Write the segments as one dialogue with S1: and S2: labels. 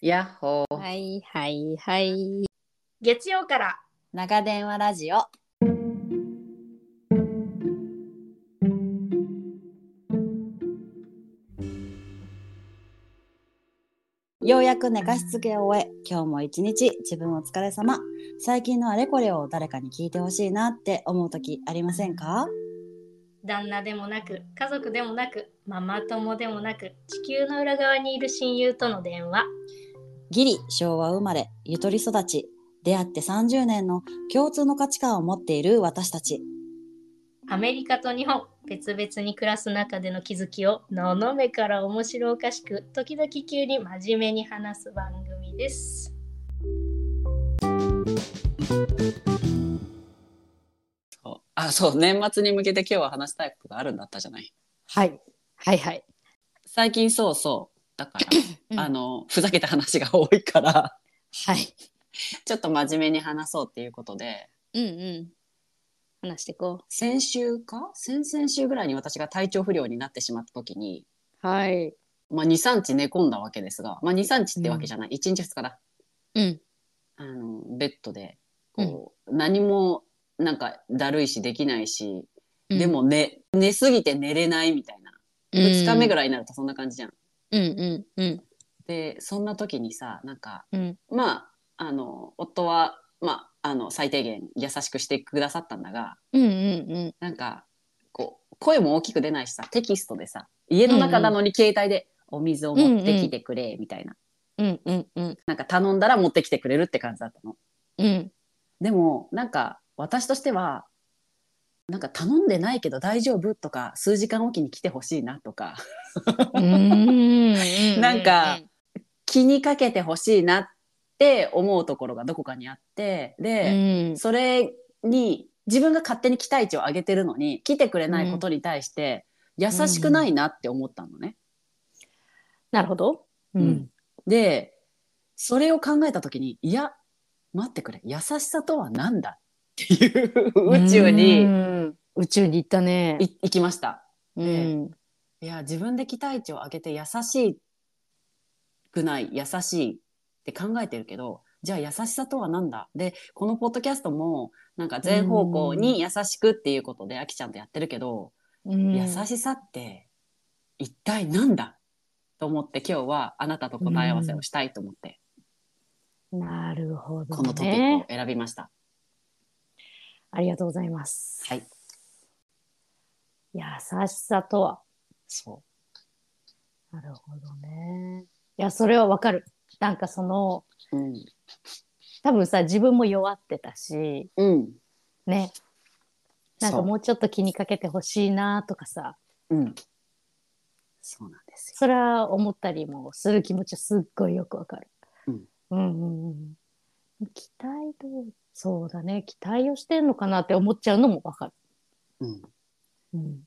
S1: やっほー。
S2: はいはいはい。
S3: 月曜から
S2: 長電話ラジオ。ようやく寝かしつけを終え、今日も一日自分お疲れ様。最近のあれこれを誰かに聞いてほしいなって思う時ありませんか
S3: 旦那でもなく家族でもなくママ友でもなく地球の裏側にいる親友との電話
S2: ギリ昭和生まれ、ゆとり育ち、出会って30年の共通の価値観を持っている私たち。
S3: アメリカと日本別々に暮らす中での気づきを斜めから面白おかしく時々急に真面目に話す番組です
S1: あ、そう、年末に向けて今日は話したいことがあるんだったじゃない。
S2: はい。はいはい。
S1: 最近そうそう。だから、
S2: うん
S1: あの、ふざけた話が多いから、
S2: はい。
S1: ちょっと真面目に話そうっていうことで、
S2: うんうん。
S3: 話してこ
S1: 先週か先々週ぐらいに私が体調不良になってしまった時に、
S2: はい。
S1: まあ、2、3日寝込んだわけですが、まあ、2、3日ってわけじゃない。1日2日だ。
S2: うん。
S1: あの、ベッドで、こう、何も、なんか、だるいし、できないし、でも寝、寝すぎて寝れないみたいな。
S2: うん、
S1: 2日目ぐ
S2: ら
S1: らいになるとそんな感じじゃん。
S2: い。うんうんうん。
S1: で、そんな時にさ、なんか、
S2: うん
S1: まあ、あの、夫は、まあ、あの、最低限優しくしてくださったんだが、
S2: うんうんうん。
S1: なんか、こう、声も大きく出ないしさ、テキストでさ、家の中なのに携帯で、お水を持ってきてくれ、みたいな。
S2: うんうんうん。
S1: なんか頼んだら持ってきてくれるって感じだったの。
S2: うん。
S1: でも、なんか、私としては、なんか頼んでないけど大丈夫とか、数時間おきに来てほしいなとか、
S2: うん
S1: なんか、気にかけてほしいなって思うところがどこかにあって、
S2: う
S1: で、
S2: ん。
S1: それに自分が勝手に期待値を上げてるのに来てくれないことに対して優しくないなって思ったのね。
S3: なるほど
S2: うんうん。
S1: でそれを考えた時にいや待ってくれ優しさとは何だっていう宇宙
S2: う
S1: に
S2: ん。宇宙に行ったね
S1: い。行きました。
S2: うん。
S1: いや自分で期待値を上げて優しくない優しいって考えてるけどじゃあ優しさとは何だでこのポッドキャストもなんか全方向に優しくっていうことであきちゃんとやってるけど、
S2: うん
S1: 優しさって一体なんだと思って今日はあなたと答え合わせをしたいと思って、
S2: なるほど、ね。
S1: このトピックを選びました。
S2: ありがとうございます。
S1: はい。
S2: 優しさとは。
S1: そ
S2: なるほどね。いや、それはわかる。なんかその、
S1: う。うん。
S2: 多分さ、自分も弱ってたし、
S1: うん。
S2: ね。なん
S1: そ
S2: か
S1: う
S2: もうちょっと気にかけてほしいなとかさ、
S1: うん。そうなんですよ。
S2: それは思ったりもする気持ちはすっごいよくわかる。
S1: うん
S2: うんうんうん期待と、そうだね、期待をしてんのかなって思っちゃうのもわかる。
S1: うん。
S2: うん、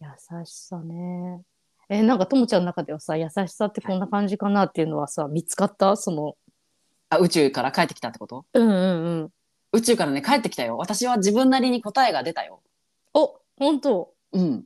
S2: 優しさね。えなんかともちゃんの中ではさ、優しさってこんな感じかなっていうのはさ、見つかったその、
S1: あ、宇宙から帰ってきたってこと
S2: うんうんうん。
S1: 宇宙からね、帰ってきたよ。私は自分なりに答えが出たよ。
S2: お、本当
S1: うん。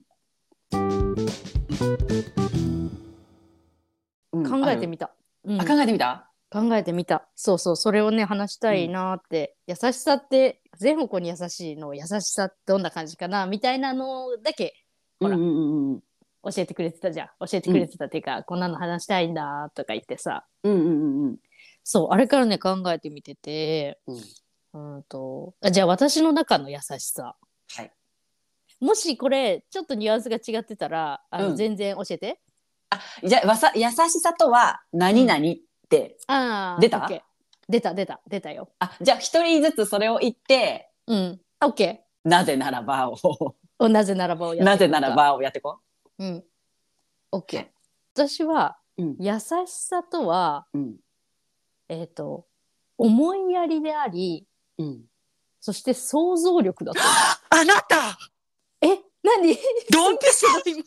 S1: うん
S2: 考えて
S1: ある
S2: みた。うん
S1: あ考えてみた
S2: 考えてみた。そうそう、それをね、話したいなーって、優しさって、全方向に優しいの、優しさってどんな感じかな、みたいなのだけほら
S1: うんうんうん
S2: 教えてくれてたじゃん。教えてくれてたっていうか、こんなの話したいんだーとか言ってさ、
S1: うんうんうんうん
S2: そう、あれからね、考えてみてて、
S1: うん
S2: うんと、あじゃあ私の中の優しさ。
S1: はい。
S2: もしこれ、ちょっとニュアンスが違ってたら、あの
S1: うん
S2: 全然教えて。
S1: じゃあわさ優しさとは何々って、
S2: ああ、
S1: 出た
S2: オッケー出た、出た、出たよ。
S1: あじゃあ一人ずつそれを言って
S2: うん。オッケー
S1: なぜならばを
S2: おなぜならばをやって
S1: なぜ
S2: いこうか
S1: ならばをやってこ
S2: うん。OK
S1: はい。
S2: 私は、
S1: うん
S2: 優しさとは、
S1: う。うん
S2: えっ、と、思いやりであり、
S1: うん、
S2: そして想像力だと思
S1: あなた
S2: う。え、何
S1: ドンピシャ
S2: 今。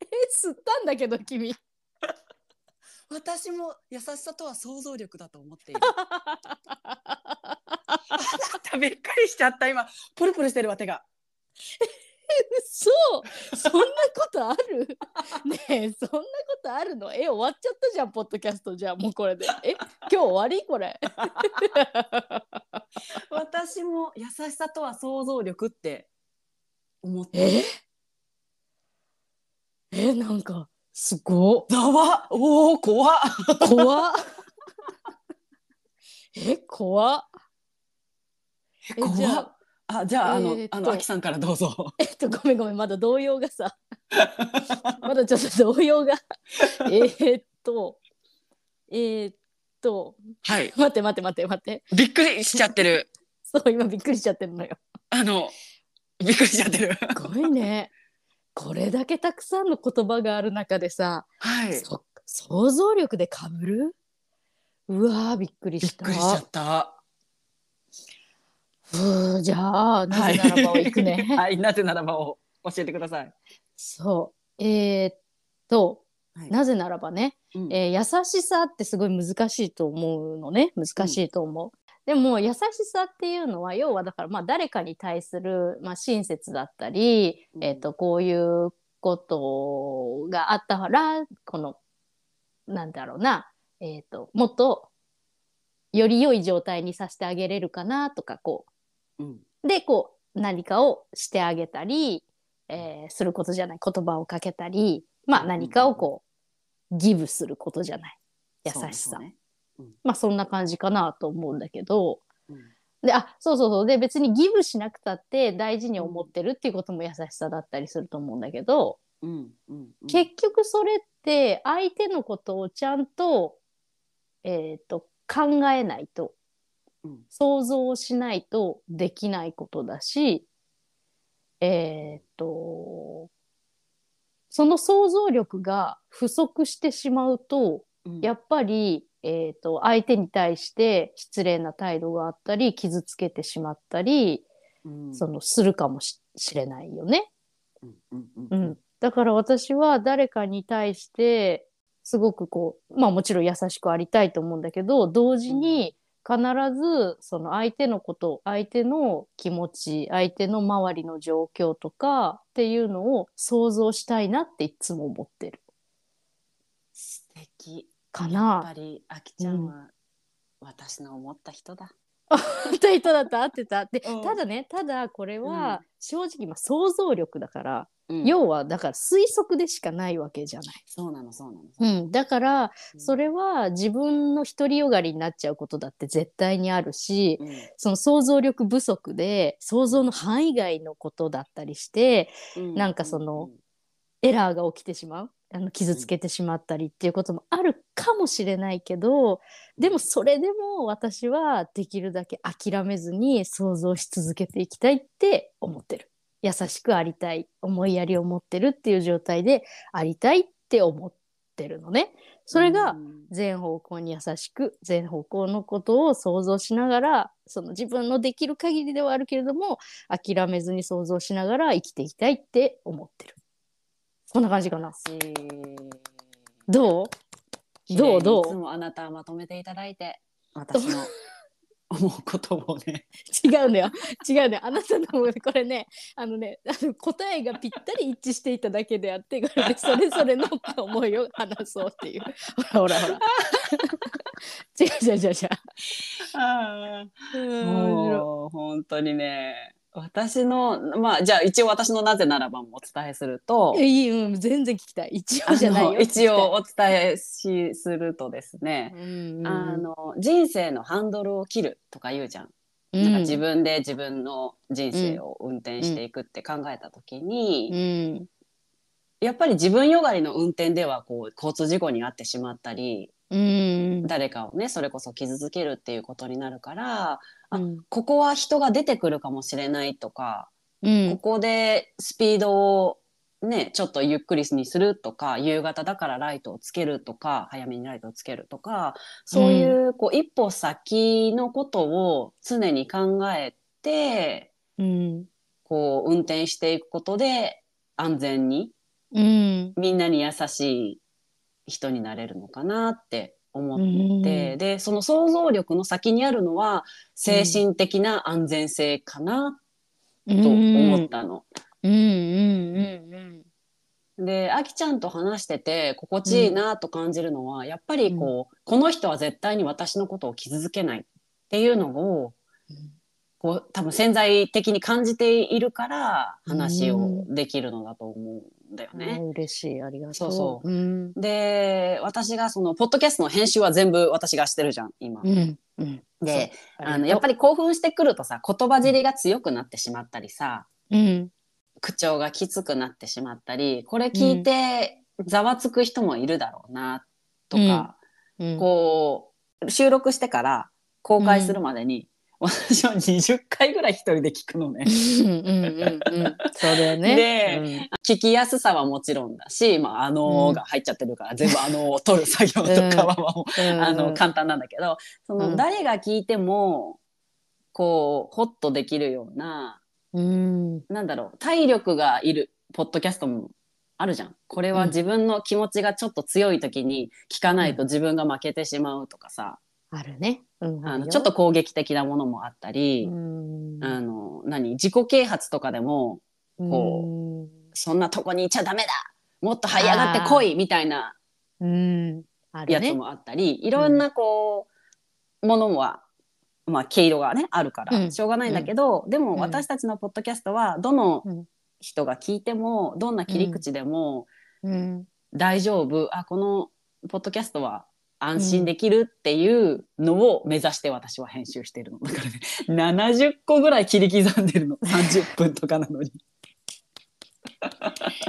S2: え、吸ったんだけど、君。
S1: 私も優しさとは想像力だと思っ ている。あなたびっくりしちゃった今プルプルしてるわ手が。
S2: そうそんなことある ねえそんなことあるのえ終わっちゃったじゃんポッドキャストじゃあもうこれでえ今日終わりこれ
S1: 私も優しさとは想像力って思って
S2: ええなんかすごっ
S1: ざわおお怖っ
S2: 怖っ え怖っえじゃ
S1: 怖
S2: あ
S1: っあじゃああの、
S2: えーっと
S1: あのあきさんからどうぞ
S2: えっとごめんごめんまだ動揺がさ まだちょっと 動揺がえーっとえーっと
S1: はい
S2: 待って待って待って待って
S1: びっくりしちゃって る
S2: そう今びっくりしちゃってるのよ
S1: あのびっくりしちゃってる
S2: すごいねこれだけたくさんの言葉がある中でさ、
S1: はい
S2: そ想像力でかぶるうわーびっくり
S1: びっ
S2: した
S1: くりしちゃった
S2: ふうじゃあなぜならばを行くね、
S1: はい、なぜならばを教えてください。
S2: そうえーっと、
S1: はい
S2: なぜならばね
S1: うん
S2: えー優しさってすごい難しいと思うのね難しいと思う、でも優しさっていうのは要はだからまあ誰かに対する、まあ、親切だったり、
S1: うん
S2: えー、とこういうことがあったからこのなんだろうな、えー、ともっとより良い状態にさせてあげれるかなとかこ
S1: うん
S2: うでこう何かをしてあげたり、えーすることじゃない言葉をかけたり、まあ、何かをこうギブすることじゃない優し
S1: そ
S2: さ
S1: う。ね
S2: まあそんな感じかなと思うんだけど
S1: そうね
S2: であそうそうそうで別にギブしなくたって大事に思ってるっていうことも優しさだったりすると思うんだけど、
S1: うんうんうんうん
S2: 結局それって相手のことをちゃんと,、えー、と考えないと
S1: うん
S2: 想像をしないとできないことだしえっ、とその想像力が不足してしまうと、
S1: うん
S2: やっぱり、えー、と相手に対して失礼な態度があったり傷つけてしまったり、
S1: うん
S2: そのするかもししれないよね、
S1: うんうんうん
S2: うん。だから私は誰かに対してすごくこうまあもちろん優しくありたいと思うんだけど同時に必ずその相手のこと相手の気持ち相手の周りの状況とかっていうのを想像したいなっていつも思ってる
S1: 素敵。
S2: か
S1: やっ
S2: な
S1: ぱ。りあきちゃんは私の思った人だ。
S2: った人だった合ってたって
S1: うん
S2: ただねただこれ
S1: うん
S2: は正直今想像力だから、
S1: うん
S2: 要はだから推測でしかないわけじゃない。
S1: そうなのそうなの。
S2: うん、だから
S1: うん
S2: それは自分の独りよがりになっちゃうことだって絶対にあるし
S1: うん
S2: その想像力不足で想像の範囲外のことだったりして
S1: うん
S2: なんかそのエラーが起きてしまうあの傷つけてしまったりっていうこともあるかもしれないけどでもそれでも私はできるだけ諦めずに想像し続けていきたいって思ってる優しくありたい思いやりを持ってるっていう状態でありたいって思ってるのねそれが
S1: うん
S2: 全方向に優しく全方向のことを想像しながらその自分のできる限りではあるけれども諦めずに想像しながら生きていきたいって思ってるこんな感じかな
S1: 素晴らしい
S2: どうどうどう
S1: いつもあなたはまとめていただいて私の思うことをね。
S2: 違うのよ違うのよあなたの方がこれねあのねあの答えがぴったり一致していただけであってこれ、ね、それぞれの思いを話そうっていうほらほらほら違う違う違う違うう
S1: もう本当にね私のまあじゃあ一応私のなぜならばもお伝えすると
S2: いいうん全然聞きたい一応じゃない
S1: あ
S2: よ
S1: の一応お伝えしするとですね、
S2: うんうん
S1: あの人生のハンドルを切るとか言うじゃん,、
S2: うん
S1: なんか自分で自分の人生を運転していくって考えた時に、
S2: うん
S1: やっぱり自分よがりの運転ではこう交通事故に遭ってしまったり
S2: うん
S1: 誰かをねそれこそ傷つけるっていうことになるから
S2: うん
S1: ここは人が出てくるかもしれないとか
S2: うん
S1: ここでスピードをね、ちょっとゆっくりにするとか、夕方だからライトをつけるとか、早めにライトをつけるとか、そういう、こう、一歩先のことを常に考えて、
S2: うん
S1: こう、運転していくことで、安全に、
S2: うん
S1: みんなに優しい人になれるのかなって思って、で、その想像力の先にあるのは、精神的な安全性かなと思ったの。
S2: うんうんうん
S1: で、あきちゃんと話してて心地いいなと感じるのは、やっぱりこう、この人は絶対に私のことを傷つけないっていうのを、
S2: うん
S1: こう多分潜在的に感じているから話をできるのだと思うんだよ
S2: うん。
S1: ね。
S2: ね、嬉しい、ありがとう。。
S1: そうそう
S2: うん。
S1: で、私がその、ポッドキャストの編集は全部私がしてるじゃん、今。
S2: うん。うん。
S1: で、あの、
S2: の
S1: やっぱり興奮してくるとさ、言葉尻が強くなってしまったりさ、
S2: り。うん。
S1: 口調がきつくなってしまったり、これ聞いてざわつく人もいるだろうな、とか、
S2: うん、
S1: こう、収録してから公開するまでに、私は20回ぐらい一人で聞くの ね。
S2: うんうんうんうん。そうだよね。
S1: 聞きやすさはもちろんだし、まあ、あのーが入っちゃってるから、全部あのー を取る作業とかはもう
S2: うん、うん
S1: あの、簡単なんだけど、その、
S2: うん
S1: 誰が聞いても、こう、ホッとできるような、
S2: うん。
S1: なんだろう、体力がいる、ポッドキャストもあるじゃん。これは自分の気持ちがちょっと強い時に聞かないと自分が負けてしまうとかさ、
S2: あるね。うん。
S1: あの、ちょっと、攻撃的なものもあったり
S2: う、ん。
S1: あの、何、自己啓発とかでも、こそんなとこにいちゃダメだもっと這い上がってこいみたいな
S2: う。うん。ある
S1: やつ
S2: ね。
S1: もあったり、いろんなこう、ものは、まあ、毛色がね、あるか
S2: う
S1: ら、
S2: ん
S1: しょうがないんだけど、でも
S2: うん
S1: 私たちのポッドキャストは、どの
S2: うん
S1: 人が聞いても、どんな切り口でも
S2: うん。
S1: 大丈夫、あ、このポッドキャストは安心できるっていうのを目指して私は編集してるの。だからね、70個ぐらい切り刻んでるの。30分とかなのに。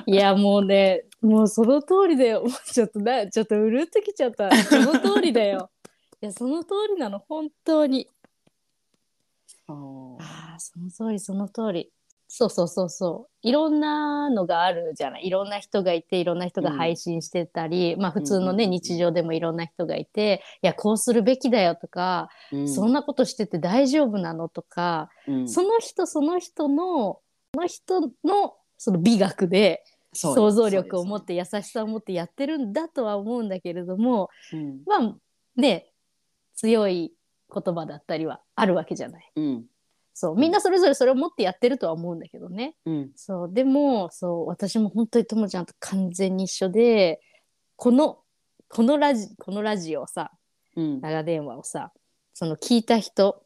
S2: いや、もうね、もうその通りだよ。もうちょっとな、ちょっとうるっときちゃった。その通り だよ。いや、その通りなの、本当に。ああ、その通り、その通り。そうそうそうそう。いろんなのがあるじゃない。いろんな人がいて、いろんな人が配信してたり、まあ普通のね、
S1: うんうんうん
S2: 日常でもいろんな人がいて、いや、こうするべきだよとか、
S1: うん
S2: そんなことしてて大丈夫なのとか、
S1: うん
S2: その人その人の、その人のその美学で
S1: そう
S2: 想像力を持っ
S1: そう
S2: て優しさを持ってやってるんだとは思うんだけれども、
S1: ですうん
S2: まあね、強い言葉だったりはあるわけじゃない。
S1: うん
S2: そうみんなそれぞれそれを持ってやってるとは思うんだけどね。
S1: うん
S2: そうでもそう私も本当にともちゃんと完全に一緒でこのこのラジこのラジオをさ
S1: うん
S2: 長電話をさその聞いた人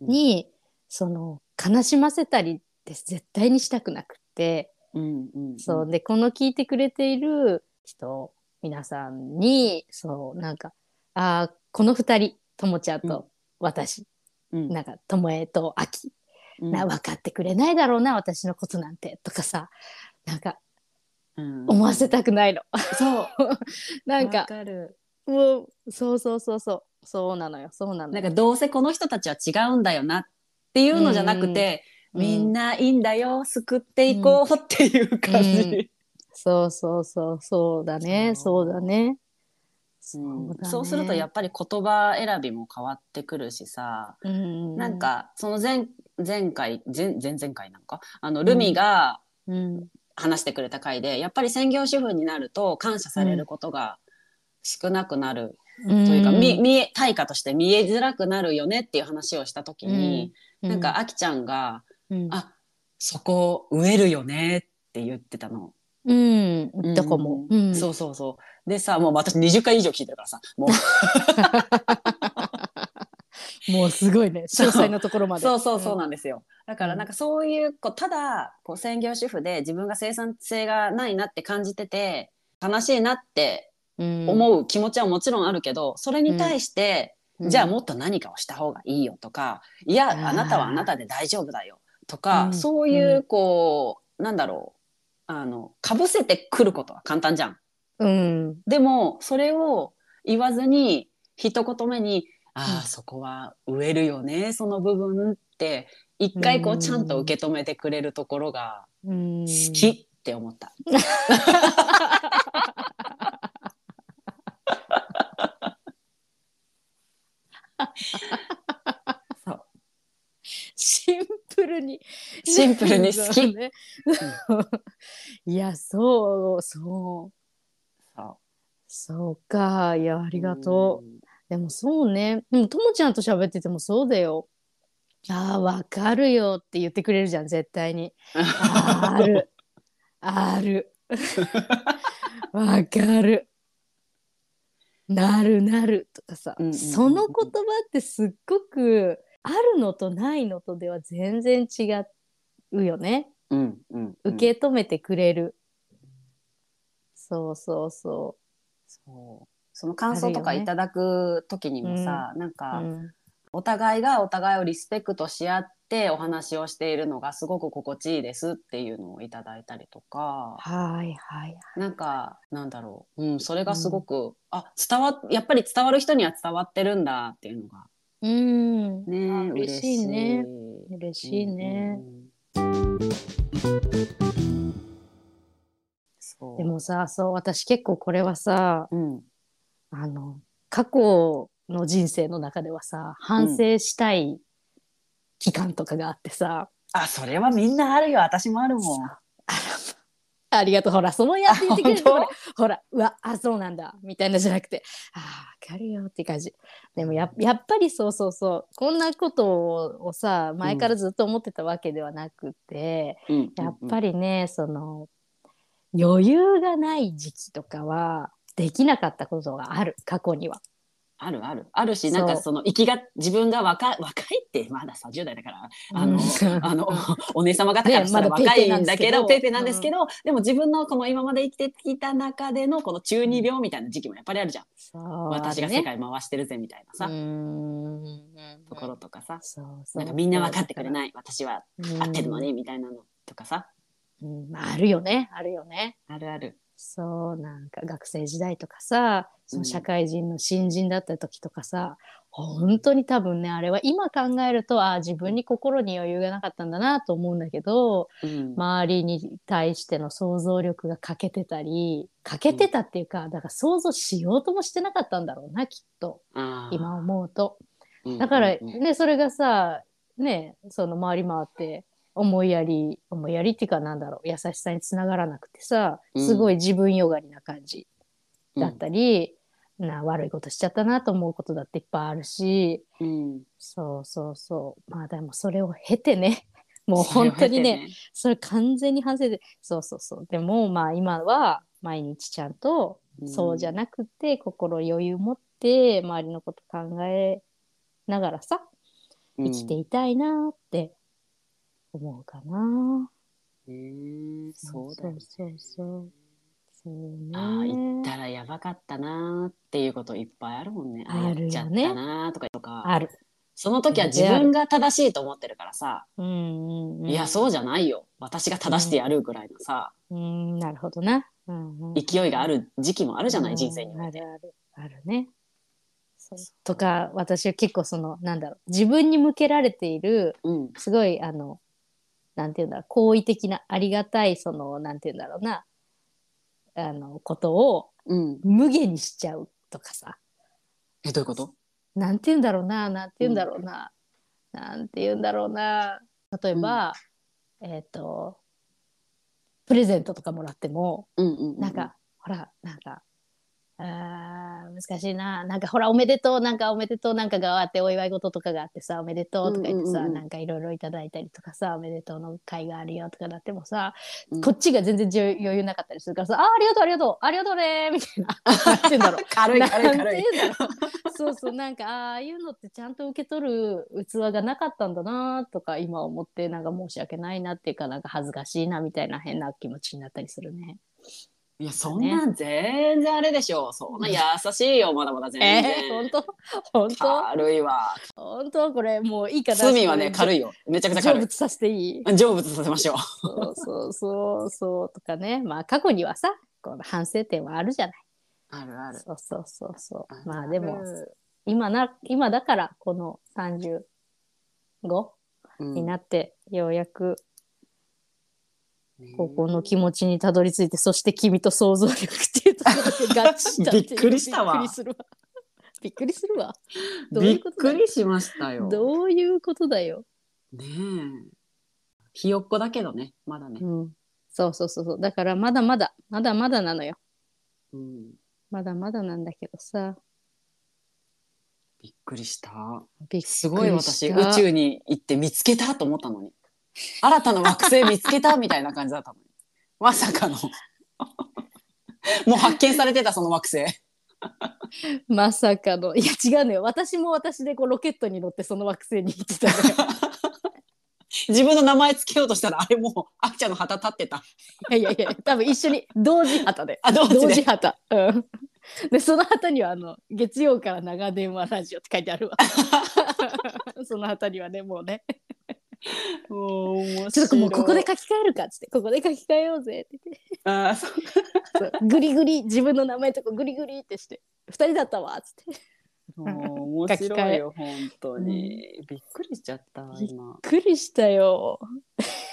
S2: に、その悲しませたりって絶対にしたくなくって、
S1: うんうん
S2: そうでこの聞いてくれている人皆さんにそうなんかあーこの2人ともちゃん
S1: うん
S2: と私、
S1: うん
S2: なんかともえとあき
S1: うん
S2: な分かってくれないだろうな私のことなんてとかさなんか
S1: うん
S2: 思わせたくないの、
S1: そう
S2: なん
S1: わ
S2: か
S1: る
S2: もうそうそうそうそうそうなのよそうなの
S1: な
S2: よ
S1: んかどうせこの人たちは違うんだよなっていうのじゃなくて、
S2: うん
S1: みんないいんだよ救っていこうっていう感じ、
S2: そうそうそうそうだね
S1: そ
S2: そううだね
S1: うん
S2: だね
S1: そうするとやっぱり言葉選びも変わってくるしさ、
S2: うん
S1: なん、かその前前回前前々回なんかあのルミが
S2: うん、
S1: 話してくれた回で、やっぱり専業主婦になると感謝されることが少なくなる
S2: と
S1: というか、見見え対価として見えづらくなるよねっていう話をした時に、なんか、あきちゃんが
S2: うん
S1: 「あそこ植えるよね」って言ってたの。
S2: うん、どこも。
S1: うん
S2: うん
S1: そうそうそう。でさもう私20回以上聞いてるからさもう
S2: もうすごいね、
S1: そう
S2: 詳細のところまで。
S1: そうそうそう
S2: な
S1: なんですよ。だからなんかそういうこうただこう専業主婦で自分が生産性がないなって感じてて悲しいなって
S2: 思
S1: 思う気持ちはもちろんあるけどそれに対して、じゃあもっと何かをした方がいいよとか、いや、
S2: あー
S1: あなたはあなたで大丈夫だよとか、
S2: うん
S1: そういう、こう、なんだろう、あの、かぶせてくることは簡単じゃん。
S2: うん、
S1: でも、それを言わずに、一言目に、ああ、
S2: うん
S1: そこは植えるよね、その部分って、一回こ
S2: う
S1: うんちゃんと受け止めてくれるところが
S2: うん、
S1: 好きって思った。そう
S2: シンプルに。
S1: シンプルに好き
S2: ね。いや、そう、そう、
S1: そ
S2: そうか、いや、あ
S1: う
S2: りがとう。でも、そうね、でも、ともちゃんと喋ってても、そうだよ。ああ、わかるよって言ってくれるじゃん、絶対に。ある。ある。わかる。なるなるとかさ、
S1: うんうんうんうん
S2: その言葉ってすっごくあるのとないのとでは全然違うよね。
S1: うんうんうん
S2: 受け止めてくれる。そうそうそ
S1: そうその感想とかいただく時にもさ、なん
S2: う。
S1: か、
S2: うん
S1: お互いがお互いをリスペクトし合ってお話をしているのがすごく心地いいですっていうのをいただいたりとか
S2: はいはい。
S1: なんかなんだろう、うん、それがすごく、あ伝わやっぱり伝わる人には伝わってるんだっていうのが
S2: うん。
S1: ね
S2: あ嬉しいね嬉
S1: 嬉
S2: しいね。
S1: うんうんそう
S2: でもさ、そう、私結構これはさ、
S1: うん
S2: あの、過去の人生の中ではさ、反省したい期間とかがあってさ、
S1: あそれはみんなあるよ私もあるもん。
S2: ありがとう、ほら、そのやって言ってくれるとこ
S1: あ
S2: ろほら、うわ、あ、そうなんだ、みたいなじゃなくて、あー、わかるよって感じ。でもや、やっぱりそうそうそう、こんなことををさ、前からずっと思ってたわけではなくて、やっぱ
S1: り、
S2: りね、その、余裕がない時期とかは、できなかったことがある、過去には。
S1: あるあるあるしなんか
S2: そう
S1: その生きが自分が若若いってまだ30代だからあ の、
S2: うん
S1: あのお姉様方からしたら
S2: ねまだ
S1: 若いんだけど、ペ
S2: ペ
S1: ーペ
S2: ーペ
S1: ー
S2: ー
S1: な
S2: なんん
S1: で
S2: ですす
S1: け
S2: け
S1: ど、でも自分のこの今まで生きてきた中でのこの中二病みたいな時期もやっぱりあるじゃん、
S2: そう
S1: 私が
S2: あれね
S1: 世界回してるぜみたいなさ、
S2: うーん
S1: ところとかさ、
S2: そうそう
S1: なんかみんな分かってくれない私は合ってるのにみたいなのとかさ
S2: うんうんあるよねあるよね
S1: あるある。
S2: そうなんか学生時代とかさそ
S1: うん
S2: の社会人の新人だった時とかさ、本当に多分ねあれは今考えるとああ自分に心に余裕がなかったんだなと思うんだけど
S1: うん
S2: 周りに対しての想像力が欠けてたり欠けてたっていうかだから想像しようともしてなかったんだろうなきっと
S1: あー
S2: 今思うと。
S1: うん
S2: だから
S1: うん
S2: ね、それがさ、ね、その回り回って、思いやり、思いやりっていうかなんだろう、優しさにつながらなくてさ、
S1: うん
S2: すごい自分よがりな感じ
S1: うん
S2: だったり、な悪いことしちゃったなと思うことだっていっぱいあるし、
S1: うん
S2: そうそうそう。まあでもそれを経て ね、もう本当にね、それ完全に反省で、そうそうそう。でもまあ今は毎日ちゃんとそうじゃ
S1: い、
S2: なくて、心余裕持って周りのこと考えながらさ
S1: うん
S2: 生きていたいなって思うかな。
S1: ねえそうだよね
S2: そうそうそうね。
S1: ああ行ったらやばかったなーっていうこといっぱいあるもんね。ああ
S2: ある
S1: やっちゃ
S2: よ
S1: っ
S2: ね
S1: たなーとかとか、
S2: ある。
S1: その時は自分が正しいと思ってるからさ、
S2: うんうんうん。
S1: いやそうじゃないよ私が正してやるぐらいのさ、
S2: うん。なるほどな。うんうん、
S1: 勢いがある時期もあるじゃない、
S2: うん
S1: 人生に
S2: あ
S1: は。
S2: るあるあるね。そうとか私は結構そのなんだろう自分に向けられている
S1: うん
S2: すごいあのなんていうんだろう好意的なありがたいそのなんていうんだろうなあのことを
S1: うん、
S2: 無下にしちゃうとかさ
S1: えどういうこと
S2: なんて言うんだろうななんて言うんだろうな、なんて言うんだろうな例えば、えっ、とプレゼントとかもらっても
S1: うんうんう
S2: なんか、ほらなんかあー難しいななんかほらおめでとうなんかおめでとうなんかがあってお祝い事とかがあってさおめでとうとか言ってさ、
S1: うんうんうん
S2: なんかいろいろいただいたりとかさおめでとうの会があるよとかだってもさ、
S1: うん
S2: こっちが全然余余裕なかったりするからさあーありがとうありがとうありがとうねみた いななんて言うんだろう
S1: 軽い
S2: なん
S1: 軽い軽い
S2: て。言うんだろう そうそうなんかああいうのってちゃんと受け取る器がなかったんだなとか今思ってなんか申し訳ないなっていうかなんか恥ずかしいなみたいな変な気持ちになったりするね。
S1: いやそんなん全然あれでしょう。そんな優しいよまだまだ全
S2: え
S1: 然。
S2: ー、本当本当
S1: 軽いわ。
S2: 本当これもういいかな
S1: 罪はね軽
S2: い
S1: いよ。めちゃくちゃ
S2: 成
S1: 軽い
S2: 仏。させていい
S1: 成仏させましょう。
S2: そうそうそうそうとかねまあ過去にはさこの反省点はあるじゃない
S1: あるある。
S2: そうそうそうそう
S1: る
S2: まあでも
S1: る
S2: 今な今だからこの35
S1: うん
S2: になってようやく、
S1: ね
S2: ここの気持ちにたどり着いて、そして君と想像力っていうところで合致したてい う
S1: びっくりしたわ
S2: びっくりするわ。 びっくりするわ。どうい
S1: びっ
S2: うことだ
S1: くりしましたよ。
S2: どういうことだよ。
S1: ねえ。ひよっこだけどね、まだね
S2: う。ん。そうそうそうそう。だからまだまだ、まだまだなのよ。
S1: うん。
S2: まだまだなんだけどさ。
S1: びっくりした。
S2: びっくりした
S1: すごい私、宇宙に行って見つけたと思ったのに。新たな惑星見つけたみたいな感じだったのに。まさかの。 もう発見されてた、その惑星。
S2: まさかのいや違うのよ私も私でこうロケットに乗ってその惑星に行ってた のよ
S1: 自分の名前つけようとしたら、あれもう、あきちゃんの旗立ってた。
S2: いやいやいや多分一緒に同時旗で
S1: あ、どう
S2: 同時
S1: で
S2: 旗うんでその旗にはあの「月曜から長電話ラジオ」って書いてあ るわその旗にはねもうねちょっともうここで書き換えるかっつってここで書き換えようぜって言って
S1: あーそう
S2: そうグリグリ自分の名前とかグリグリってして2人だったわっつって
S1: もう面白いよ、本当に。びっくりしちゃった、今。
S2: びっくりしたよ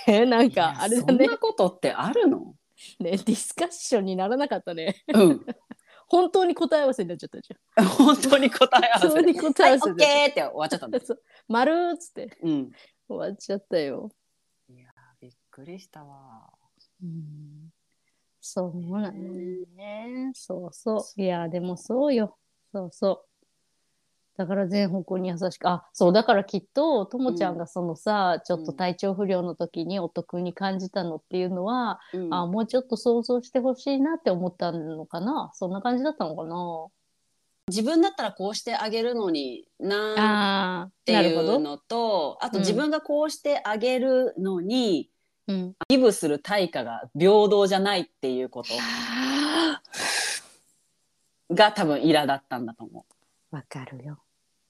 S2: えなんかあれだ
S1: いや
S2: ね
S1: そんなことってあるの
S2: ねディスカッションにならなかったね
S1: うん。
S2: 本当に答え合わせになっちゃったじ
S1: 本当に答え
S2: ゃん。
S1: 合わ
S2: 本当
S1: せ
S2: に
S1: で。
S2: 答
S1: はい、
S2: え合
S1: オ
S2: わせ
S1: ッ
S2: になっちゃっ
S1: ケーって終わっちゃったん
S2: た。
S1: だ。
S2: そう丸ーっつって
S1: うん。
S2: 終わっちゃったよ。
S1: びっくりしたわ。
S2: そうなんだよね。そうそう。いや、でもそうよ。そうそう。だから全方向に優しく。あ、そう、だからきっと、ともちゃんがそのさ、ちょっと体調不良の時にお得に感じたのっていうのは、
S1: うん
S2: あ、もうちょっと想像してほしいなって思ったのかな。そんな感じだったのかな。
S1: 自分だったらこうしてあげるのになーっ
S2: あ
S1: て
S2: ないるほ
S1: う
S2: ど。
S1: のとあと
S2: うん
S1: 自分がこうしてあげるのに、
S2: うん。
S1: ギブする対価が平等じゃないっていうことが多分イラだったんだと思
S2: わかるよ。
S1: うん。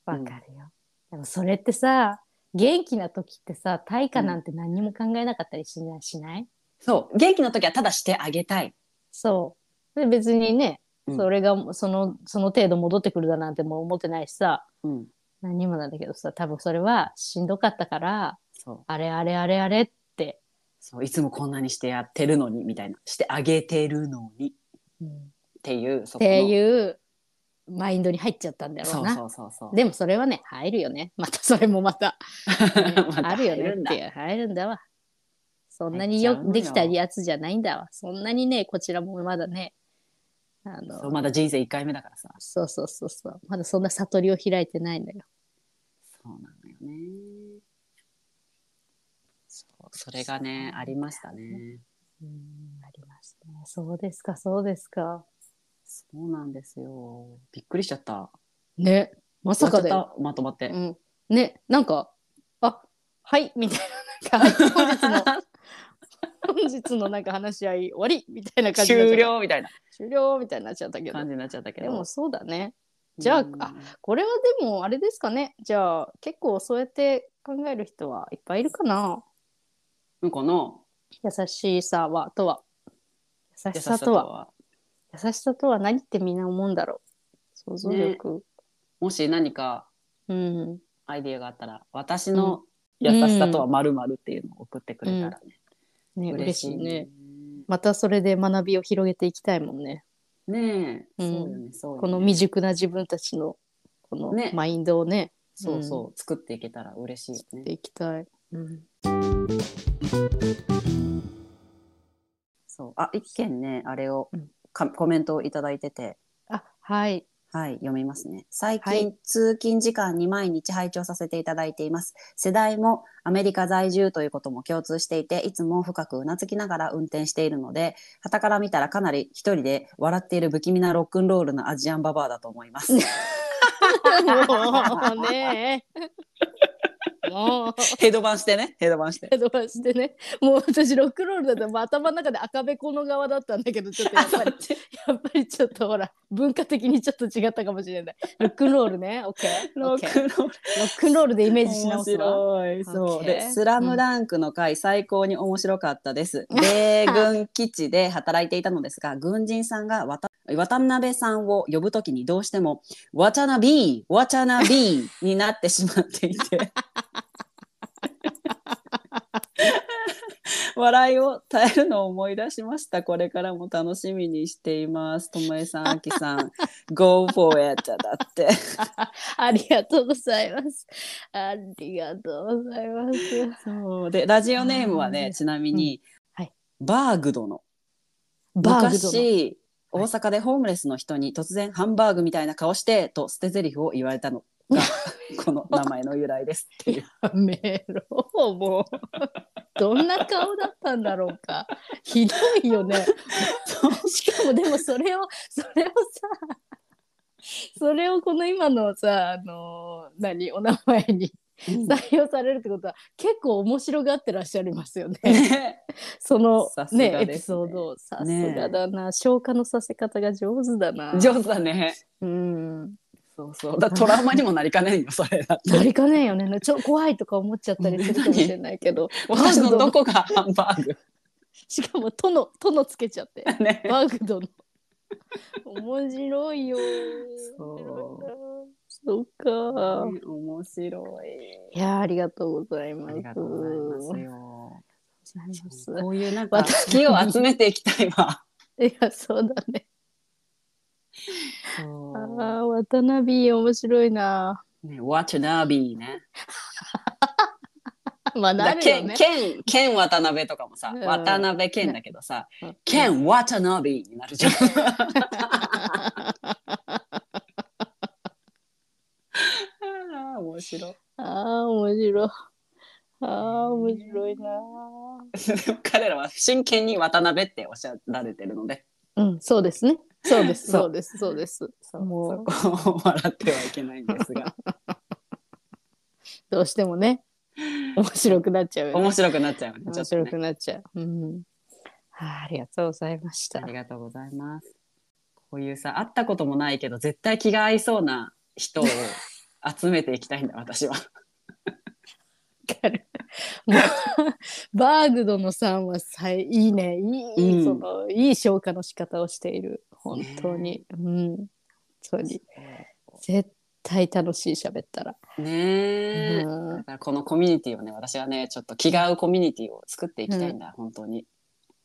S2: わかるよ。でもそれってさ、元気な時ってさ、対価なんて何にも考えなかったりしないしないう
S1: そう元気の時はただしてあげたい。
S2: そう。で別にね、
S1: うん
S2: それがその、その程度戻ってくるだなんても思ってないしさ、
S1: うん、
S2: 何にもなんだけどさ、多分それはしんどかったから、
S1: そう
S2: あれあれあれあれって、
S1: そういつもこんなにしてやってるのにみたいなしてあげてるのにっ
S2: って
S1: いうそこの
S2: ていうマインドに入っちゃったんだろ
S1: そうう
S2: な。
S1: そうそうそう。
S2: でもそれはね、入るよね。またそれもまた。ね
S1: また
S2: あるよ
S1: 入
S2: ね
S1: るん
S2: っ
S1: だ
S2: ていう入るんだわそんな
S1: 入
S2: に
S1: っちゃ
S2: よ
S1: うのよ
S2: できたやつじゃないんだわそんなにねこちらもまだねあの
S1: そうまだ人生一回目だからさ。
S2: そうそうそうそうまだそんな悟りを開いてないんだよ
S1: そうなのよね。そう、それがね、ありましたね。
S2: うんありますねそうですかそうですか
S1: そうなんですよ。びっくりしちゃった。
S2: ねまさかだよ、
S1: 終わっちゃったまとまって。
S2: うん、ねなんかあはいみたいななんか本日の 本日のなんか話し合い終わりみたいな感じになっちゃ
S1: 終
S2: った
S1: 了みたいな
S2: 終了みたいになっちゃったけど
S1: 感じになっちゃったけど。
S2: でもそうだねじゃあ
S1: うん
S2: あこれはでもあれですかねじゃあ結構そうやって考える人はいっぱいいるかな
S1: うんこの
S2: 優しさはとは優
S1: 優し
S2: し
S1: さ
S2: さ
S1: と
S2: とは
S1: は、
S2: 優しさとは何ってみんな思うんだろう想像力、
S1: もし何か
S2: うん
S1: アイディアがあったら、私の優しさとはまるまるっていうのを送ってくれたらね。
S2: ね嬉しいね
S1: ね。
S2: またそれで学びを広げていきたいもんね
S1: ねえ、
S2: う
S1: そ
S2: ん
S1: うよね、そうよね。
S2: この未熟な自分たちのこの
S1: ね
S2: マインドをね
S1: そうそう、作っていけたら嬉しいよね。
S2: していきたい
S1: そう。あ、一件ね、あれを
S2: うん、
S1: かコメントをいただいてて、
S2: あはい
S1: はい、読みますね。最近、
S2: はい
S1: 通勤時間に毎日拝聴させていただいています。世代もアメリカ在住ということも共通していて、いつも深くうなずきながら運転しているので、傍から見たらかなり一人で笑っている不気味なロックンロールのアジアンババアだと思います。
S2: もうねもう
S1: ヘドバンしてね、ヘドバンして。
S2: ヘドバンしてねもう私ロックロールだったらもう頭の中で赤べこの側だったんだけどちょっとやっぱりやっぱりちょっとほら文化的にちょっと違ったかもしれないロックンロールね OK ロッ
S1: ン
S2: ク
S1: ロール。
S2: ロックンロールでイメージし直すわ
S1: 面白い。そう。
S2: OK
S1: で、スラムダンクの回、最高に面白かったです。米軍基地で働いていたのですが、軍人さんがわた渡辺さんを呼ぶときにどうしても、わちゃなびー、わちゃなびーになってしまってい て。笑いを耐えるのを思い出しました。これからも楽しみにしています。ともえさん、あきさん、Go for it だって。
S2: ありがとうございますありがとうございます
S1: そうでラジオネームは
S2: あ
S1: ね
S2: ー
S1: ちなみに、
S2: うんはい
S1: バーグ殿
S2: バーグ殿
S1: 昔大
S2: はい
S1: 阪でホームレスの人に突然ハンバーグみたいな顔してと捨て台詞を言われたの がこの名前の由来ですっていう。
S2: やめろ もうどんな顔だったんだろうかひどいよねしかもでもそれをそれをさそれをこの今のさあの何お名前に 採用されるってことは結構面白がってらっしゃいますよね
S1: ね
S2: その
S1: さすが
S2: ね
S1: ですね
S2: エピソードさ
S1: ね
S2: すがだな、消化のさせ方が上手だな
S1: 上手だね。
S2: うん
S1: そうそう。だトラウマにもなりかねんよ、それだって。
S2: なりかねえよねちょ怖いとか思っちゃったりするかもしれないけど
S1: 私のどこがハンバーグ
S2: しかも「との」とのつけちゃって
S1: ね。
S2: バグドの。面白いよ。
S1: そう
S2: そっか。
S1: 面白い。
S2: いや、ありがとうございます。
S1: ありがとうございますよ。
S2: ます
S1: こういうなんか好
S2: 私
S1: きを集めていきたいわ。
S2: いや、そうだね。ああ、渡辺面白いな。
S1: ね、Watch Nabi ね。
S2: まあ、
S1: だ
S2: なるよ
S1: ケン、
S2: ね。
S1: ケン、ケン渡辺とかもさ、
S2: うん
S1: 渡辺ケンだけどさ
S2: うん、
S1: ケン渡辺になるじ ゃん。あー面白い。
S2: ああ、面白い。ああ、面白いな。
S1: でも彼らは真剣に渡辺っておっしゃられてるので、
S2: うん、そうですね。そうです。
S1: そう
S2: そうです。そうです。もう、
S1: そこを笑ってはいけないんです が、
S2: どうしてもね。面白くなっちゃうよね。
S1: 面白くなっちゃうね。ちょ
S2: 面
S1: っとね
S2: 白くなっちゃう。うん。はあ、ありがとうございました
S1: あ。りがとうございます。こういうさ、会ったこともないけど、絶対気が合いそうな人を集めていきたいんだ、私 は。
S2: かる。もうバーグドのさんはさいいねいい、
S1: うん
S2: そのいい消化の仕方をしている本当に、うん本当に絶対楽しい喋ったら、
S1: ねえ。
S2: うん
S1: だからこのコミュニティをね、私はね、ちょっと気が合うコミュニティを作っていきたいんだ、本当に。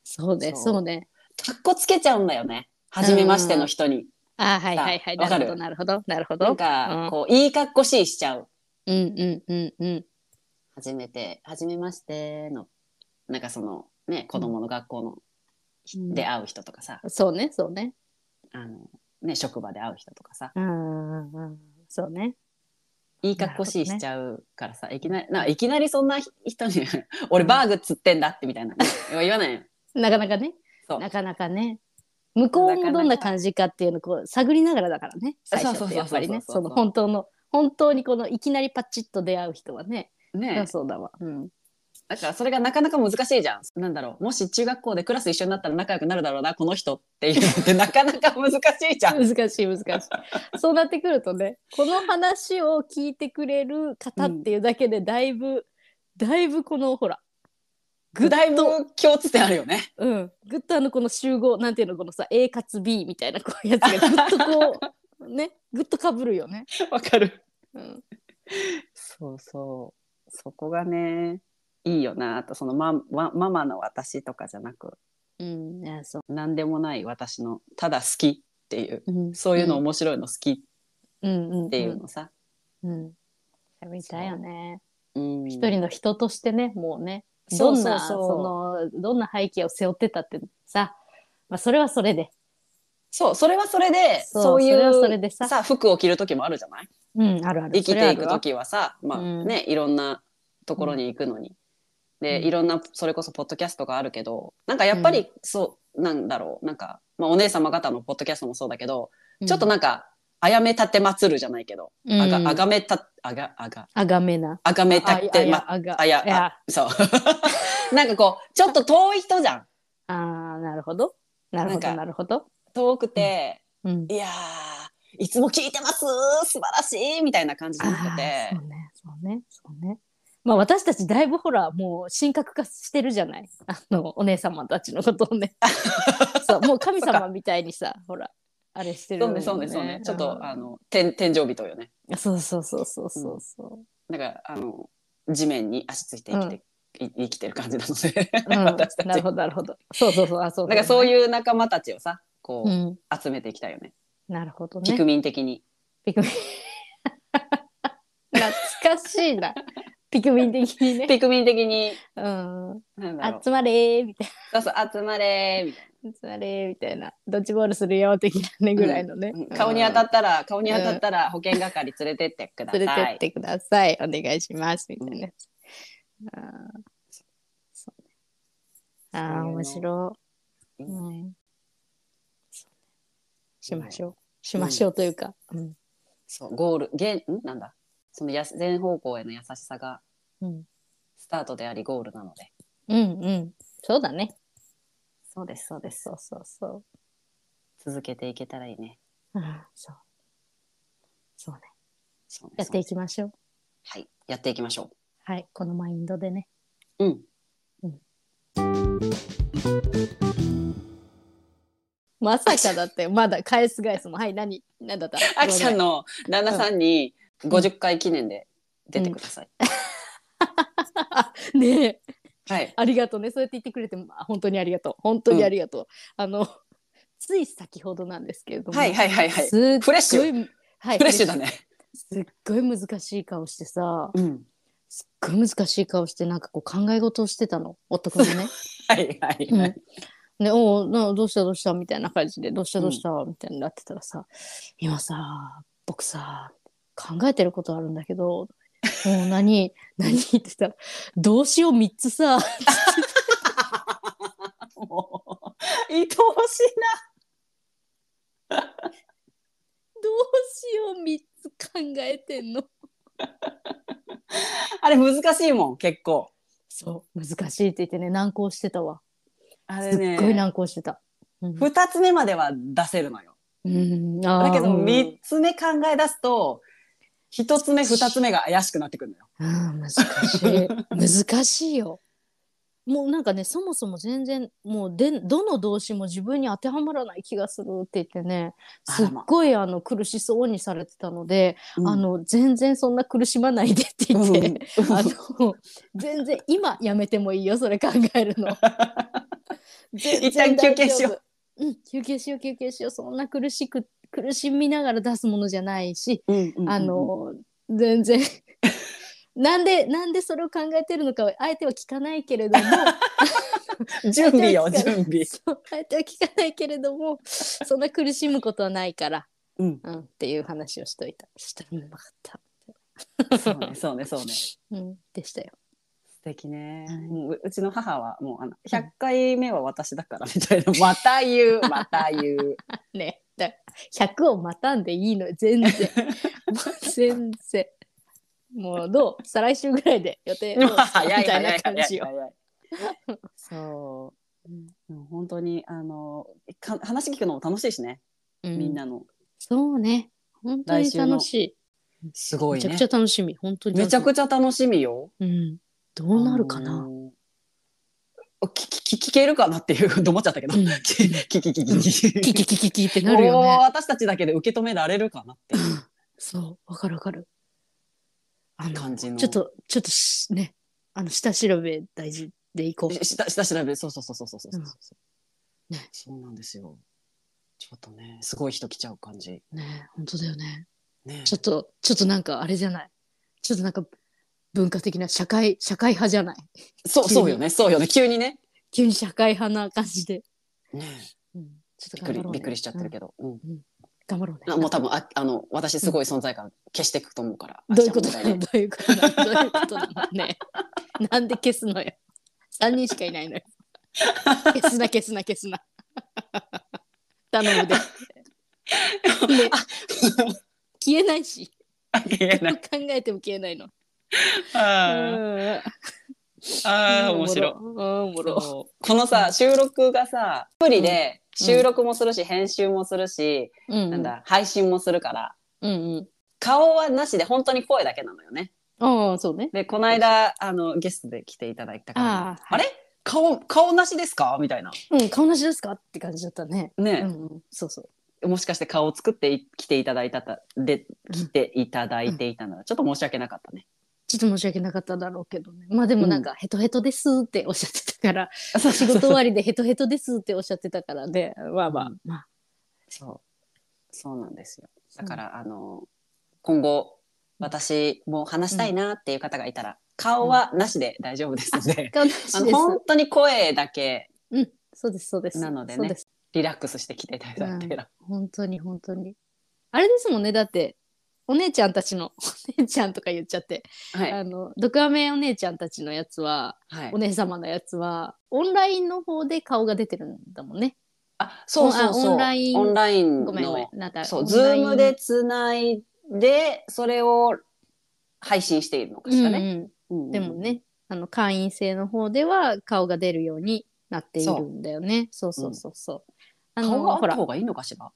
S2: そうね
S1: そ
S2: そううね
S1: かっこつけちゃうんだよね。初めましての人に。
S2: あはいはいはい
S1: わ
S2: な
S1: か
S2: る
S1: る
S2: ほどなるほどなるほど
S1: なんか、こう、いいかっこしいしちゃう。
S2: うんうんうんうん
S1: 初めて、初めましての、なんかその、ね、子供の学校の、
S2: うん
S1: で会う人とかさ、
S2: そうねそうね
S1: あの、ね、職場で会う人とかさ、
S2: うんうんうんそうね
S1: いい格好しいしちゃうからさ、いきなり、ないきなりそんな人に、 俺バーグ釣ってんだってみたい な。言わないよ。
S2: なかなかね
S1: そう
S2: なかなかね向こうもどんな感じかっていうのをこう探りながらだからね最初ってやっぱりね
S1: そうそ
S2: そ
S1: そうそう
S2: う
S1: そう
S2: の本当の本当にこのいきなりパチッと出会う人はね、
S1: ねえ
S2: そうだわ、うん、
S1: だからそれがなかなか難しいじゃん。なんだろう。もし中学校でクラス一緒になったら仲良くなるだろうな、この人っていうのってなかなか難しいじゃん。
S2: 難しい難しいそうなってくるとねこの話を聞いてくれる方っていうだけでだいぶ、だいぶこのほらぐっ
S1: だいぶ
S2: と、
S1: 共通点あるよ ね。
S2: うん、ぐっとあのこの集合なんていうのこのさ A かつ B みたいなこうやつがぐっとこ うねぐっとかぶるよね。
S1: わかる。
S2: うん
S1: そうそう。そこがね、いいよなと、そのママママの私とかじゃなく、
S2: うん、いやそう
S1: なんでもない私の、ただ好きっていう、
S2: うん
S1: そういうの面白いの好きっ
S2: うんうん
S1: ていうのさ。
S2: うん、喋りたいよね。
S1: うん
S2: 一人の人としてね、もうね、
S1: そ
S2: ど
S1: うん
S2: な
S1: そう
S2: そのどんな背景を背負ってたってさ、まあそれはそれで、
S1: そう、それはそれで、そ
S2: そうう
S1: いう
S2: それはそれでさ
S1: さ服を着る時もあるじゃない
S2: うん、あるある。
S1: 生きていく
S2: それはあるわ
S1: 時はさ、まあ
S2: うん
S1: ね、いろんなところに行くのに。で、
S2: うん
S1: いろんな、それこそポッドキャストがあるけど、なんかやっぱり、そう、なんだろう、なんか、まあお姉様方のポッドキャストもそうだけど、ちょっとなんか、あやめたてまつるじゃないけど、
S2: うん
S1: あが、あがめた、あが、あが、
S2: あがめな。
S1: あがめたてま、
S2: あが
S1: あや
S2: いや
S1: そう。なんかこう、ちょっと遠い人じゃん。
S2: あーなるほど。なる
S1: な
S2: ほ
S1: んか
S2: ど、なるほど。
S1: 遠くて、
S2: うん。
S1: いやー、いつも聞いてます素晴らしいみたいな感じじゃなくて
S2: ーそ。うね、そうね、そうね。まあ私たちだいぶほらもう神格化してるじゃないあのお姉様たちのこと をねそうもう神様みたいにさほらあれしてる
S1: そう
S2: よ
S1: ね、そうね、そうね。ちょっ
S2: う
S1: と、
S2: ん
S1: あの、天、天井人よね。
S2: そうそうそうそうそうそ
S1: だから、あの、地面に足ついて生きて、い生きてる感じなので、
S2: う。うん、
S1: 私た
S2: な
S1: ち。
S2: るほ
S1: だ
S2: どなるほど。そうそうそうあそう
S1: からそう
S2: う。
S1: いう仲間たちをさ、こう、
S2: うん、
S1: 集めていきたいよね。
S2: なるほど
S1: ピ
S2: ね
S1: ク。ミン的に。
S2: ピクミン。 懐かしいな。ピクミン 的にね。
S1: ピクミン的に、
S2: うん。
S1: なんだろう。
S2: 集まれーみたい
S1: そうそう、集まれーみたい
S2: あれみたいなドッジボールするよ的なねぐらいのね、
S1: うん顔に当たったら、顔に当たったら保険係連れてってください。
S2: 連れてってください。お願いします。みたいなやつ。あーそうねあー、面白い。
S1: う
S2: うんそうねしましょう。しましょうというか。うん
S1: そう、ゴール、げん、んなんだ。そのやす全方向への優しさが
S2: うん
S1: スタートでありゴールなので。
S2: うんうん。そうだね。
S1: そうです、そうです。
S2: そうそうそう。
S1: 続けていけたらいいね。
S2: あーそう。そうね。
S1: そうね
S2: やっていきましょう。
S1: そうねはい、やっていきましょ
S2: はい。このマインドで ね。
S1: う。うん。
S2: まさかだって、まだ返す返すも。はい、何、何だった
S1: あきちゃんの旦那さんに50回記念で出てください。
S2: ごめん ねえ。
S1: はい。
S2: ありがとうね。そうやって言ってくれて、まあ本当にありがとう。本当にありがとう。あの、つい先ほどなんですけれども。
S1: はいはいはいはい
S2: すっごい
S1: フレッシュ。
S2: はい。
S1: フレッシュだね。
S2: フレッシュ。すっごい難しい顔してさ、
S1: うん。
S2: すっごい難しい顔して、なんかこう考え事をしてたの。男がね。
S1: はいはい は
S2: うん
S1: い。
S2: で、おうなどうしたどうしたみたいな感じで、どうしたどうした、みたいになってたらさ、今さ、僕さ、考えてることあるんだけど、もう何、何言ってたら、動詞を3つさ、
S1: もう、愛おしい
S2: 動詞を3つ考えてんの。
S1: な。あれ難しいもん、結構。
S2: そう、難しいって言ってね、難航してたわ。
S1: あ
S2: す
S1: れね
S2: っ、ごい難航してた。うん
S1: 2つ目までは出せるのよ。
S2: うん、
S1: だけど3
S2: み
S1: つ目考え出すと1つ目2つ目が怪しくなってくるのよ。
S2: 難し い。難しいよ。もうなんかね、そもそも全然、もうで、どの動詞も自分に当てはまらない気がするって言ってね、
S1: あ
S2: すっ
S1: らま
S2: ごいあの苦しそうにされてたので、
S1: うん
S2: あの、全然そんな苦しまないでって 言って、
S1: うん
S2: あの、全然今やめてもいいよ、それ考えるの。
S1: 一旦休憩しよ
S2: う。うん、休憩しよう休憩しようそんな苦しく苦しみながら出すものじゃないし、あの 全然なんでなんでそれを考えてるのかはあえては聞かないけれども
S1: 準備よ
S2: 相手は
S1: 準
S2: 聞かな
S1: 備。
S2: いそうあえては聞かないけれどもそんな苦しむことはないから、
S1: うん
S2: うん、っていう話をしといたそしたらもう分かった、
S1: そうねそうねそうね。素
S2: うん、でしたよ
S1: 敵ね
S2: はい。
S1: もううちの母はもうあの100回目は私だからみたいなまた 言うまた言う。
S2: ねだ100をまたんでいいのよ 全然もう全然もうどう再来週ぐらいで予定どう
S1: 早い
S2: みた
S1: 早
S2: いない
S1: 早い
S2: 感じよ
S1: 早い。 そう。でも本当にあのか話聞くのも楽しいしね、みん
S2: う
S1: なの
S2: そうね本当に
S1: 来週の
S2: 楽しい
S1: すご
S2: め
S1: い
S2: ちゃ
S1: ね
S2: くちゃ楽しみ本当に
S1: めちゃく
S2: ち
S1: ちゃ楽しみよ。
S2: ゃ、うん、どうなるか
S1: あ
S2: な、
S1: のー。ききき聞けるかなっていう と思っちゃったけど、
S2: う
S1: き
S2: ん
S1: ききききき
S2: キキキキキってなるよ
S1: もう
S2: ね
S1: 私たちだけで受け止められるかなっていう
S2: そうわかるわかるあの
S1: 感じの。
S2: ちょっとちょっとしねあの下調べ大事でいこう
S1: 下下調べ、そうそうそうそうそうそうそう、
S2: うんね
S1: そうなんですよ。ちょっとね、すごい人来ちゃう感じ。
S2: ね本当だよね
S1: ね、
S2: ちょっと、ちょっとなんかあれじゃない。ちょっとなんか文化的な社会、社会派じゃない。
S1: そうそうよね、そうよね、急にね。
S2: 急に社会派な感じで。
S1: ね
S2: うん、ち
S1: びっ
S2: ょ
S1: く
S2: っと頑張
S1: り
S2: ろうね。
S1: びっくりしちゃってるけど、うん
S2: 頑張ろうね。
S1: あもう多分ああの私すごい存在感消していくと思うから、
S2: どういうこと
S1: あ
S2: だ
S1: じゃあ問題
S2: ろう
S1: ね
S2: どういうことだろうどういうことだろうね。なんで消すのよ。三人しかいないのよ。消すな消すな消すな。頼むで。ね、消えないし。
S1: 言え
S2: ど
S1: な
S2: う
S1: い
S2: 考えても消えないの。
S1: あ
S2: うん
S1: ーあー面白い
S2: おもろうんおもろ。
S1: このさ収録がさアプリで収録もするし、編集もするし、
S2: うん
S1: なんだ配信もするから
S2: うんうん。
S1: 顔はなしで本当に声だけなのよね。
S2: ああ、そうね。
S1: でこの間あのゲストで来ていただいたから
S2: あ
S1: あ,、
S2: あはい
S1: れ顔顔なしですかみたいな
S2: うん、顔なしですかって感じだったね。う
S1: ね、
S2: ん、うん、そうそう。
S1: もしかして顔を作ってい来ていただいたたで来ていただいていたならちょっと申し訳なかったね。
S2: ちょっと申し訳なかっただろうけどね。まあでもなんか、ヘトヘトですっておっしゃってたから、 仕事終わりでヘトヘトですっておっしゃってたからね。まあまあ、
S1: うん
S2: まあ。
S1: そうそうなんですよだから、あの今後私も話したいなっていう方がいたら、顔はなしで大丈夫ですので。
S2: 顔なしです
S1: あの。本当に声だけ
S2: うんそうですそうです。
S1: なのでね
S2: そうです
S1: リラックスして来ていただいたけど、
S2: 本当に本当に。あれですもんねだってお姉ちゃんたちの お姉ちゃんとか言っちゃって、
S1: はい、
S2: あの毒アメお姉ちゃんたちのやつは、
S1: はい
S2: お、姉様のやつはオンラインの方で顔が出てるんだもんね。
S1: あそうそうそう
S2: オンライン
S1: オンライン
S2: ごめんごめん
S1: の。
S2: なんか
S1: そう
S2: オン
S1: ズ
S2: ライ
S1: ー
S2: ン
S1: ムでつないでそれを配信しているのかしらね、
S2: うん
S1: うんう
S2: うんんでもねあの会員制の方では顔が出るようになっているんだよね。そうそうそうそう。あ
S1: 顔
S2: の
S1: があっ
S2: ほ
S1: た
S2: ら
S1: 方がいいのかしら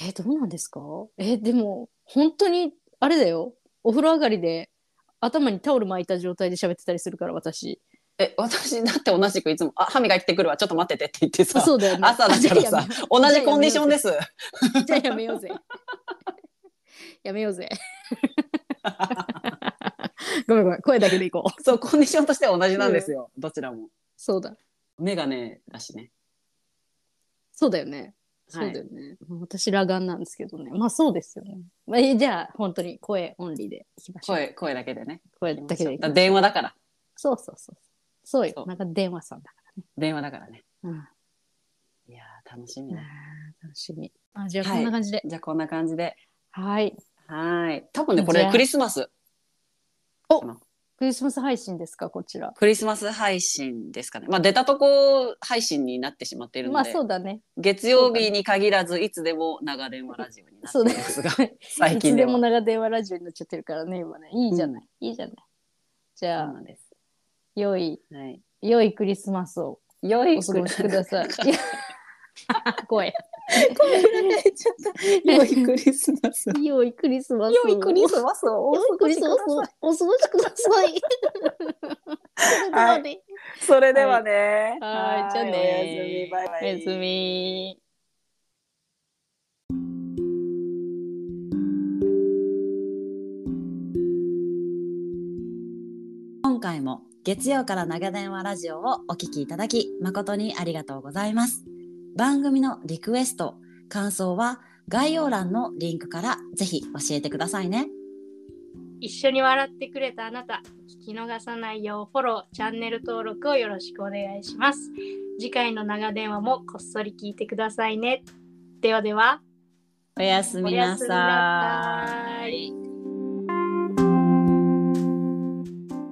S2: えーどうなんですかえーでも本当にあれだよお風呂上がりで頭にタオル巻いた状態で喋ってたりするから私
S1: え私だって同じくいつも「あ歯磨いてくるわちょっと待ってて」って言ってさ
S2: そうだよね
S1: 朝だからさ同じコンディションですす
S2: じゃあやめようぜやめようぜ ごめんごめん声だけで いこう
S1: そうコンディションとしては同じなんですよ、どちらも
S2: そうだ
S1: メガネだしね
S2: そうだよねそうだよね、まあ私裸眼なんですけどねまあそうですよね、まあ、えーじゃあ本当に声オンリーでいきましょう
S1: 声声だけでね
S2: 声だけでいきましょう
S1: 電話だから
S2: そうそうそうそうよ
S1: そう
S2: なんか電話さんだか
S1: 電話だからね
S2: らうん
S1: いやー楽しみ
S2: あ
S1: ね、
S2: ー楽しみ。あじゃあ
S1: はい
S2: こんな感じで。
S1: じゃあこんな感じで
S2: はい。
S1: はい多分ねこ
S2: じ
S1: れ
S2: ゃあ
S1: クリスマス
S2: クリスマス配信ですかこちら。
S1: クリスマス配信ですかねまあ出たとこ配信になってしまっている
S2: ま
S1: の
S2: あ
S1: で、
S2: そうだね。
S1: 月曜日に限らずいつでも長電話ラジオになってい
S2: そ
S1: う
S2: だ
S1: ま
S2: ね
S1: すが
S2: い
S1: 最
S2: つ
S1: 近で
S2: で
S1: は
S2: も長電話ラジオになっちゃってるからね今ね。いいじゃない。いいじゃない。じ
S1: そう
S2: ゃあ
S1: なんです
S2: 良い
S1: はい
S2: 良いクリスマスを
S1: 良い
S2: お過ごしくだ さい。いや声。
S1: ちょっ と良いクリスマス
S2: 良いクリスマス。
S1: 良いクリスマスをお過
S2: 良いク
S1: ご
S2: リ
S1: し
S2: ス
S1: くだ
S2: マス
S1: さい
S2: をお過ごしください。。
S1: はい それではね
S2: はい、じゃあね。
S1: おやすみバイバイ
S2: おやすみ。
S4: 今回も月曜から長電話ラジオをお聞きいただき誠にありがとうございます。番組のリクエスト、感想は概要欄のリンクからぜひ教えてくださいね。
S3: 一緒に笑ってくれたあなた、聞き逃さないようフォロー、チャンネル登録をよろしくお願いします。次回の長電話もこっそり聞いてくださいね。ではでは、
S4: おやす
S3: お
S4: み
S3: や
S4: な
S3: すみ
S4: さ。
S3: ないさい。